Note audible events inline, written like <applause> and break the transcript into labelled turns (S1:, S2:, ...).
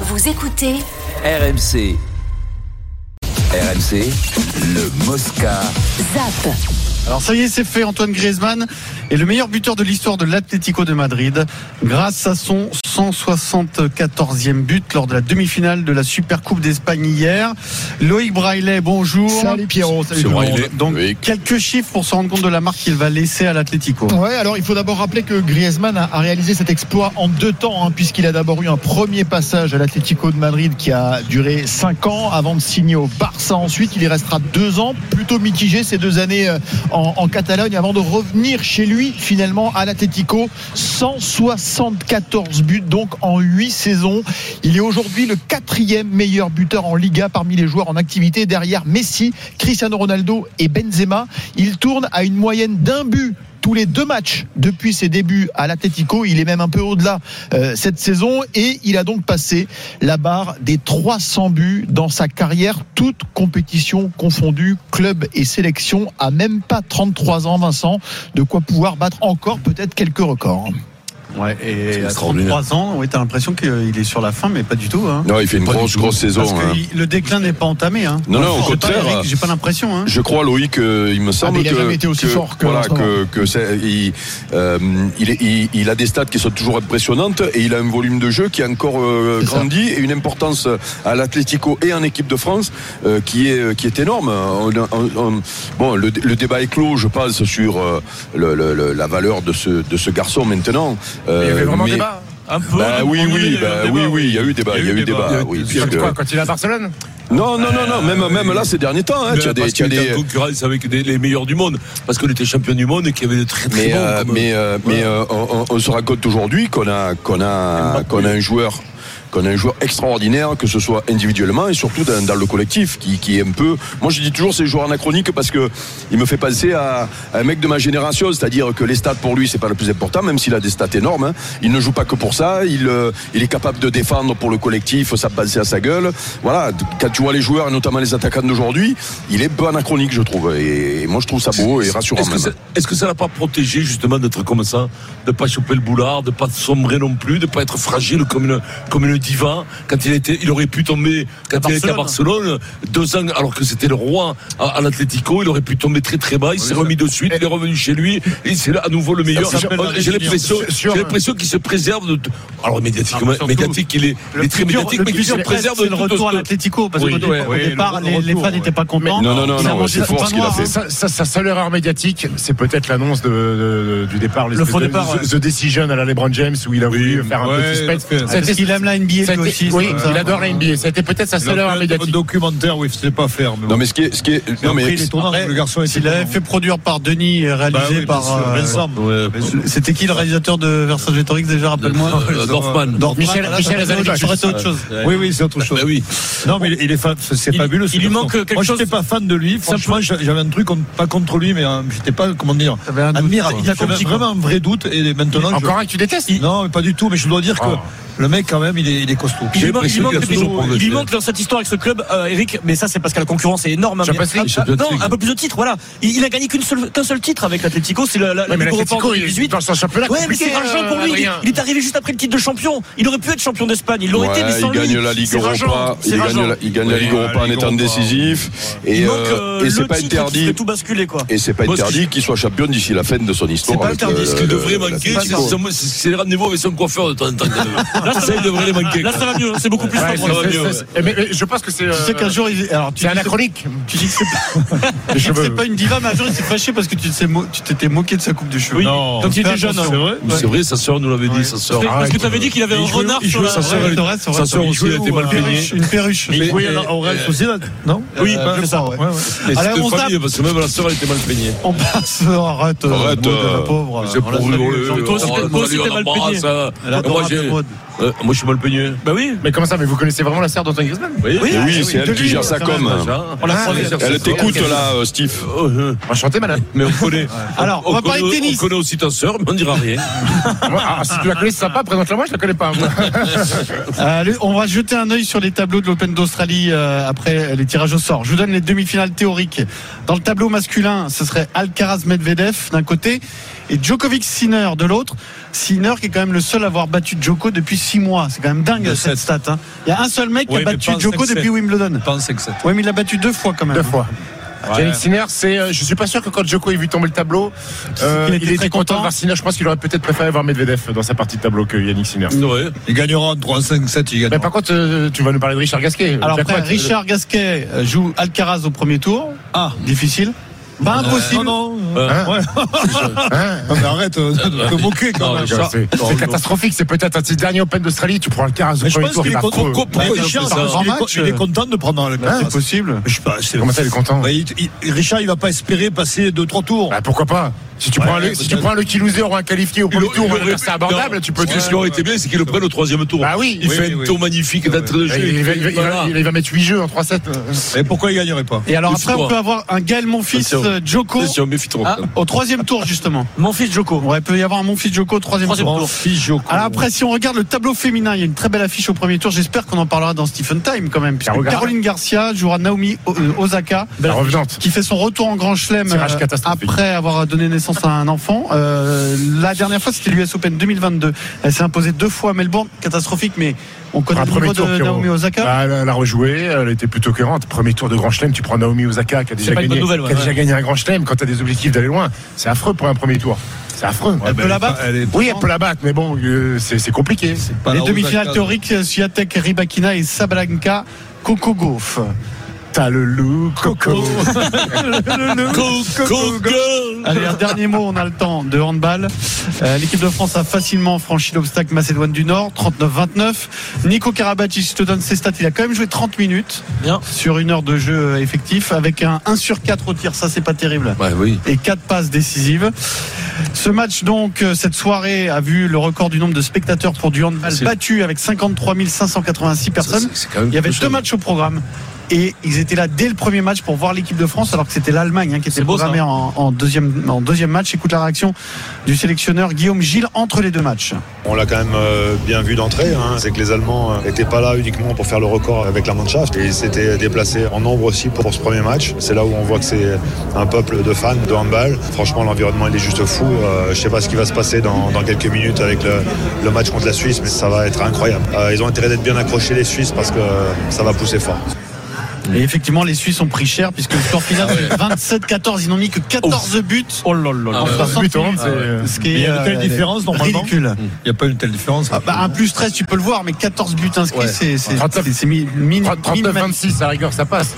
S1: Vous écoutez
S2: RMC. RMC, le Mosca.
S1: ZAP.
S3: Alors ça y est, c'est fait. Antoine Griezmann est le meilleur buteur de l'histoire de l'Atlético de Madrid grâce à son 174e but lors de la demi-finale de la Supercoupe d'Espagne hier. Loïc Braillet, bonjour.
S4: Salut Pierrot, salut
S3: tout le monde.
S4: Braillet.
S3: Donc quelques chiffres pour se rendre compte de la marque qu'il va laisser à l'Atlético.
S4: Ouais, alors il faut d'abord rappeler que Griezmann a a réalisé cet exploit en deux temps, hein, puisqu'il a d'abord eu un premier passage à l'Atlético de Madrid qui a duré cinq ans avant de signer au Barça. Ensuite, il y restera deux ans, plutôt mitigé ces deux années euh, en, en Catalogne, avant de revenir chez lui finalement à l'Atlético. 174 buts donc en huit saisons. Il est aujourd'hui le quatrième meilleur buteur en Liga parmi les joueurs en activité derrière Messi, Cristiano Ronaldo et Benzema. Il tourne à une moyenne d'un but tous les deux matchs depuis ses débuts à l'Atletico. Il est même un peu au-delà euh, cette saison et il a donc passé la barre des 300 buts dans sa carrière, toutes compétitions confondues, club et sélection, à même pas 33 ans, Vincent, de quoi pouvoir battre encore peut-être quelques records.
S3: Ouais, et à
S5: extraordinaire.
S3: 33 ans, ouais, t'as l'impression qu'il est sur la fin, mais pas du tout. Hein.
S5: Non, il fait une
S3: Pas du
S5: grosse,
S3: tout.
S5: grosse saison,
S3: Parce que
S5: hein.
S3: il- le déclin n'est pas entamé. Hein.
S5: Non, non, au
S3: Je sais pas,
S5: contraire.
S3: Eric, J'ai pas l'impression. Hein.
S5: Je crois Loïc, euh, il me semble
S4: mais il a
S5: que
S4: jamais été aussi fort que
S5: voilà,
S4: en ce moment.
S5: que, que c'est- il, euh, il, est- il- il a des stats qui sont toujours impressionnantes et il a un volume de jeu qui a encore euh,
S4: C'est ça.
S5: grandi et une importance à l'Atlético et en équipe de France euh, qui est qui est énorme. On a- on- on- bon, le, le débat est clos, je pense, sur euh, le- le- le- la valeur de ce de ce garçon maintenant. Euh,
S6: Il y avait vraiment
S5: mais-
S6: débat un peu.
S5: Bah
S6: à un
S5: oui,
S6: moment donné,
S5: oui,
S6: il y a eu
S5: bah
S6: un débat,
S5: oui, oui, il y a eu débat, il y a eu débat, oui,
S6: Et puis,
S5: puisque-
S6: quoi, quand il est à Barcelone
S5: Non, non, non, non. Même même là, ces derniers temps, hein,
S6: Ben,
S5: tu as des,
S6: Parce
S5: tu as
S6: qu'il était
S5: des-
S6: en concurrence avec des- les meilleurs du monde. Parce qu'on était champion du monde et qu'il y avait de très très
S5: mais
S6: bons.
S5: euh,
S6: comme-
S5: mais euh, mais euh, on, on- on se raconte aujourd'hui qu'on a qu'on a qu'on a un joueur qu'on a un joueur extraordinaire, que ce soit individuellement et surtout dans, dans le collectif, qui, qui est un peu. Moi, je dis toujours c'est le joueur anachronique parce que il me fait penser à, à un mec de ma génération, c'est-à-dire que les stats pour lui c'est pas le plus important, même s'il a des stats énormes. hein. Il ne joue pas que pour ça. Il euh, il est capable de défendre pour le collectif, ça passer à sa gueule. Voilà. Quand tu vois les joueurs, et notamment les attaquants d'aujourd'hui, il est un peu anachronique, je trouve. Et, et moi, je trouve ça beau et rassurant.
S6: Est-ce que,
S5: même.
S6: ça- est-ce que ça l'a pas protégé justement d'être comme ça, de pas choper le boulard, de pas sombrer non plus, de pas être fragile comme une comme une diva quand il était, il aurait pu tomber quand il était à Barcelone deux ans alors que c'était le roi à, à l'Atlético, il aurait pu tomber très très bas, il s'est remis de suite, il est revenu chez lui, et c'est à nouveau le meilleur.
S3: Ça s'appelle la
S6: J'ai
S3: résilience. hein.
S6: l'impression,
S3: Sur- sur-
S6: j'ai l'impression qu'il se préserve de. tout- Alors médiatiquement,
S3: Ah, surtout,
S6: médiatique, il est, il est très
S3: plus dur-
S6: médiatique,
S3: le
S6: mais
S3: plus
S6: qu'il se
S3: dur,
S6: préserve
S3: c'est
S6: de
S3: le
S6: tout.
S3: retour à l'Atlético parce
S6: Oui,
S3: qu'au dé-
S6: ouais,
S3: au
S6: ouais,
S3: départ,
S6: le
S3: les, les
S6: retour,
S3: fans n'étaient pas contents.
S5: Non, non, non,
S3: Ils
S5: non,
S3: ont
S5: ouais,
S3: mangé
S5: c'est
S3: le
S5: fort
S3: pain
S5: ce qu'il a
S3: noir,
S5: fait.
S3: hein.
S7: Sa, sa- sa seule erreur médiatique, c'est peut-être l'annonce de, de- du départ, l'espèce
S3: faux
S7: de-
S3: départ,
S7: The, The Decision à la LeBron James où il a voulu faire un peu de suspense. Ça a
S3: Parce
S7: été-
S3: qu'il aime la NBA
S7: ça a
S3: lui
S7: été-
S3: aussi.
S7: oui,
S3: c'est comme ça.
S7: il adore la NBA. C'était peut-être sa seule erreur médiatique.
S8: documentaire, oui, c'était pas faire. Mais
S5: Non mais ce qui est, ce qui est, non mais
S3: Après,
S8: le garçon était
S3: S'il avait
S8: content.
S3: fait produire par Denis et réalisé
S8: Bah oui, bien
S3: par
S8: sûr,
S3: euh,
S8: Vincent.
S3: C'était qui le réalisateur de Versailles déjà Rappelle-moi.
S6: Euh, Dorfman.
S3: Dorfman,
S7: Michel-
S3: voilà,
S7: Michel
S3: ça aurait été autre-
S7: Azanouch.
S3: ça aurait été autre chose.
S8: Oui, oui, c'est autre chose.
S6: Ben oui.
S8: Non, mais il- il est fa- c'est
S9: Il-
S8: fabuleux. ce
S9: il lui
S8: garçon.
S9: manque quelque
S8: Moi, j'étais
S9: chose.
S8: pas fan de lui. Franchement, j'a- j'avais un truc, en- pas contre lui, mais hein, j'étais pas, comment dire,
S3: T'avais un doute,
S8: admiratif.
S3: quoi.
S8: Il a vraiment un vrai doute, et maintenant. je-
S7: Encore un que tu détestes
S8: Non, mais pas du tout, mais je dois dire que le mec, quand même, il est, il est costaud.
S9: Il lui manque, il
S6: l'impression
S9: manque-
S6: qu'il y a toujours
S9: il
S6: pour le
S9: lui
S6: Chelsea.
S9: manque dans cette histoire avec ce club, euh, Eric, mais ça c'est parce que la concurrence est énorme. hein, mais-
S7: Champions League,
S9: Ah,
S6: Champions
S9: non,
S6: League.
S9: un peu plus de titres, voilà. Il, il a gagné qu'une seule- qu'un seul titre avec l'Atletico, c'est la, la,
S7: Ouais, mais
S9: la Coupe Europa en
S7: l'Atletico, il
S9: 2018.
S7: est dans son championnat.
S9: Ouais, mais
S7: compliqué,
S9: c'est rageant pour
S7: euh,
S9: lui. Il,
S7: Adrien.
S9: il est arrivé juste après le titre de champion. Il aurait pu être champion d'Espagne. Il l'aurait été, mais
S5: ouais,
S9: sans
S5: il gagne
S9: lui.
S5: la Ligue
S9: C'est rageant,
S5: Europa,
S9: c'est
S5: il
S9: rageant.
S5: gagne, la, il gagne la Ligue Europa en étant décisif et,
S9: Il manque
S5: euh,
S9: euh,
S5: et c'est
S9: le
S5: pas
S9: titre qui ferait
S5: interdit
S9: tout basculer, quoi.
S5: et c'est pas
S6: Moi, ce
S5: interdit qu'il soit champion d'ici la fin de son histoire.
S9: pas
S5: avec,
S9: interdit,
S5: euh,
S6: Ce qu'il
S5: le-
S6: devrait manquer, c'est
S5: l'Atlético.
S6: son- c'est- c'est les rendez-vous avec son coiffeur de temps en temps. Là, ça, il devrait les manquer.
S9: Là, Ah, ça va mieux. C'est beaucoup plus
S7: Ouais,
S9: simple pour
S7: c'est-
S9: lui.
S7: c'est- c'est- Eh, mais- mais Je pense que c'est.
S3: Tu sais qu'un
S7: euh,
S3: jour, il- alors tu
S7: C'est
S3: dis que-
S7: anachronique.
S3: Tu dis que c'est pas, tu dis que c'est pas une diva, mais un jour il s'est fâché parce que tu t'es mo- tu t'étais moqué de sa coupe de cheveux.
S8: Non.
S3: Quand il
S9: Fais
S3: était jeune.
S9: attention.
S3: hein.
S6: C'est vrai, sa sœur nous l'avait dit, sa sœur.
S9: Parce que tu avais dit qu'il avait un renard sur la.
S3: sa sœur,
S9: Ouais,
S3: elle-
S9: c'est vrai, c'est vrai.
S6: sa sœur
S3: Il
S6: aussi,
S3: jouait Euh,
S6: elle était
S3: où,
S6: mal
S3: euh,
S6: payée.
S3: Une perruche.
S6: Mais-
S8: Oui, alors, au Real Sociedad, non
S3: Oui,
S8: Euh,
S3: c'est ça, ouais.
S8: Ouais, ouais.
S6: Mais
S3: Allez,
S6: c'était
S3: on zappe.
S6: famille, parce que même la sœur, elle était mal peignée.
S3: On passe euh, arrête. euh,
S5: Arrête,
S3: mot de
S5: euh,
S3: la pauvre.
S6: C'est pour
S3: On la salue.
S6: rigoler.
S9: toi aussi,
S6: Oh,
S9: t'es- toi aussi,
S6: allez,
S9: t'es
S6: on
S9: mal
S6: embrasse,
S9: peigné.
S6: hein.
S3: Elle adore la
S6: Moi, j'ai-
S3: mode.
S6: Euh, moi, je suis mal peigné.
S9: Bah oui.
S7: Mais comment ça Mais vous connaissez vraiment la sœur d'Antoine Griezmann
S6: Oui,
S5: Eh oui, c'est elle qui gère sa com.
S3: Ah,
S6: On la
S7: oui,
S6: prend
S5: Elle t'écoute là, euh, Steve.
S7: Enchanté, madame.
S6: Oh, hein. Mais on
S9: <laughs>
S6: connaît.
S3: Alors, on va parler de
S6: connaît-
S3: tennis.
S6: On connaît aussi ta sœur, mais on dira rien.
S7: Moi, ah, Si tu la connais, c'est sympa. Présente-la moi, je la connais pas. moi.
S3: Allez, on va jeter un œil sur les tableaux de l'Open d'Australie euh, après les tirages au sort. Je vous donne les demi-finales théoriques. Dans le tableau masculin, ce serait Alcaraz Medvedev d'un côté et Djokovic Sinner de l'autre. Sinner qui est quand même le seul à avoir battu Djoko depuis 6 mois. C'est quand même dingue
S8: Le
S3: cette stat.
S8: sept.
S3: hein. Il y a un seul mec
S8: Oui,
S3: qui
S8: mais
S3: a battu
S8: pas en
S3: Djoko
S8: sept,
S3: depuis
S8: sept.
S3: Wimbledon.
S8: Pas en 5-7.
S3: Oui, mais il l'a battu deux fois quand même.
S7: Deux fois.
S8: Ouais.
S7: Yannick Sinner, c'est, euh, je suis pas sûr que quand Djoko ait vu tomber le tableau, euh,
S3: Il
S7: il
S3: était
S7: était,
S3: très
S7: content
S3: content.
S7: de voir Sinner. Je pense qu'il aurait peut-être préféré voir Medvedev dans sa partie de tableau que Yannick Sinner.
S8: Ouais. Il gagnera en 3-5-7, il
S7: Mais
S8: gagnera.
S7: par contre, euh, tu vas nous parler de Richard Gasquet.
S3: Alors
S7: Bien
S3: après,
S7: quoi, tu-
S3: Richard Gasquet euh, joue Alcaraz au premier tour.
S8: Ah. Euh,
S3: Difficile. Pas impossible.
S8: Non, non.
S7: Hein
S8: Ouais.
S7: Hein
S8: Non, mais arrête euh, de de te moquer quand
S6: Non,
S8: même.
S6: mais
S7: C'est-
S8: Ça-
S7: C'est catastrophique, c'est peut-être un petit dernier Open d'Australie, tu prends le Caras au
S8: Mais je
S7: premier
S8: pense
S7: tour,
S8: qu'il
S7: il
S8: est
S7: va
S8: content.
S7: trop.
S8: Pourquoi
S7: Mais
S8: il est chiant,
S7: c'est un
S8: parce
S7: grand
S8: qu'il est co-
S7: match.
S8: Il est content de prendre le
S3: C'est possible.
S8: Bah, Je sais pas, c'est-
S7: Comment ça, il est content
S8: Bah, il- il- Richard, il va pas espérer passer 2-3 tours.
S7: Bah, Pourquoi pas Si tu
S8: Ouais,
S7: prends le si tu
S8: peut-être.
S7: prends le key loser ou un qualifié au
S6: Il
S7: premier
S6: aurait-
S7: tour,
S6: il aurait-
S7: c'est abordable,
S6: Non,
S7: tu peux
S6: ce qui- Ce qui aurait été bien, c'est qu'il le prenne au troisième tour.
S7: Bah oui,
S6: il
S7: oui,
S6: fait un
S8: oui.
S6: tour magnifique d'entrée de
S7: Il,
S6: jeu.
S7: il va, il va- il va-
S6: Voilà.
S7: il va mettre 8 jeux en 3-7.
S8: Et pourquoi il gagnerait pas
S3: Et alors
S6: Il
S3: après,
S6: faut
S3: on peut avoir un Gaël Monfils
S6: Attention.
S3: euh, Djoko
S6: Attention, méfie-toi.
S3: Ah, au troisième tour justement.
S9: Mon fils Joko.
S3: Ouais, il peut y avoir un Monfils Djoko au troisième,
S9: Troisième
S3: tour.
S9: tour.
S3: Alors après, si on regarde le tableau féminin, il y a une très belle affiche au premier tour. J'espère qu'on en parlera dans Stephen Time quand même. puisque
S7: regarde.
S3: Caroline Garcia jouera Naomi O- euh, Osaka,
S7: La revenante.
S3: qui fait son retour en Grand Chelem
S7: Tirage
S3: euh,
S7: catastrophique.
S3: après avoir donné naissance à un enfant. Euh, la dernière fois, c'était l'US Open 2022. Elle s'est imposée deux fois à Melbourne, catastrophique, mais on connaît
S7: Un
S3: le niveau
S7: premier
S3: de
S7: tour, Pierrot.
S3: Naomi Osaka.
S7: Bah, elle a- elle a rejoué, elle était plutôt cohérente. Premier tour de Grand Chelem, tu prends Naomi Osaka qui a déjà
S9: pas une
S7: gagné,
S9: bonne nouvelle, ouais,
S7: qui a
S9: ouais.
S7: déjà gagné un Grand Chelem quand t'as des objectifs d'aller loin. C'est affreux pour un premier tour. C'est affreux.
S3: elle peut la battre.
S7: Oui, elle peut la battre, mais bon, euh, c'est c'est compliqué.
S3: Les demi-finales théoriques, Swiatek, Ribakina et Sabalenka, Coco Gauff.
S7: T'as le loup, coco.
S3: Allez, un dernier mot, on a le temps de handball. Euh, L'équipe de France a facilement franchi l'obstacle Macédoine du Nord, 39-29. Nico Karabatic, je te donne ses stats, il a quand même joué 30 minutes
S9: Bien.
S3: sur une heure de jeu euh, effectif avec un 1 sur 4 au tir, ça c'est pas terrible.
S6: Ouais, oui.
S3: Et 4 passes décisives. Ce match donc, euh, cette soirée a vu le record du nombre de spectateurs pour du handball
S6: C'est-
S3: battu avec 53 586 personnes.
S6: Ça, c'est- c'est quand même
S3: Il y avait
S6: quelque
S3: deux
S6: chose.
S3: matchs au programme. Et ils étaient là dès le premier match pour voir l'équipe de France, alors que c'était l'Allemagne hein, qui était
S9: C'est beau, ça.
S3: programmée en, en deuxième, en deuxième match. Écoute la réaction du sélectionneur Guillaume Gilles entre les deux matchs.
S1: On l'a quand même euh, bien vu d'entrée, hein. c'est que les Allemands n'étaient pas là uniquement pour faire le record avec la Mannschaft, et ils s'étaient déplacés en nombre aussi pour ce premier match. C'est là où on voit que c'est un peuple de fans de handball. Franchement, l'environnement il est juste fou. Euh, je sais pas ce qui va se passer dans, dans quelques minutes avec le, le match contre la Suisse, mais ça va être incroyable. Euh, ils ont intérêt d'être bien accrochés les Suisses parce que euh, ça va pousser fort.
S3: Et effectivement, les Suisses ont pris cher puisque le score final c'est 27-14. Ils n'ont mis que 14 buts
S9: Oh là là là.
S6: Ah
S3: en
S6: ouais, ouais.
S3: 60
S7: Buton,
S3: minutes.
S7: c'est, euh,
S3: Ce qui
S8: Mais
S3: est
S8: il y a une telle
S3: euh,
S8: différence, normalement.
S3: ridicule.
S6: Hum.
S8: Il n'y a pas une telle différence.
S6: hein.
S3: Ah, bah, un plus 13, tu peux le voir, mais 14 buts inscrits,
S6: Ouais.
S3: c'est c'est-
S7: 39.
S3: c'est- c'est mi- mi-
S7: 39-26, à la rigueur, ça passe.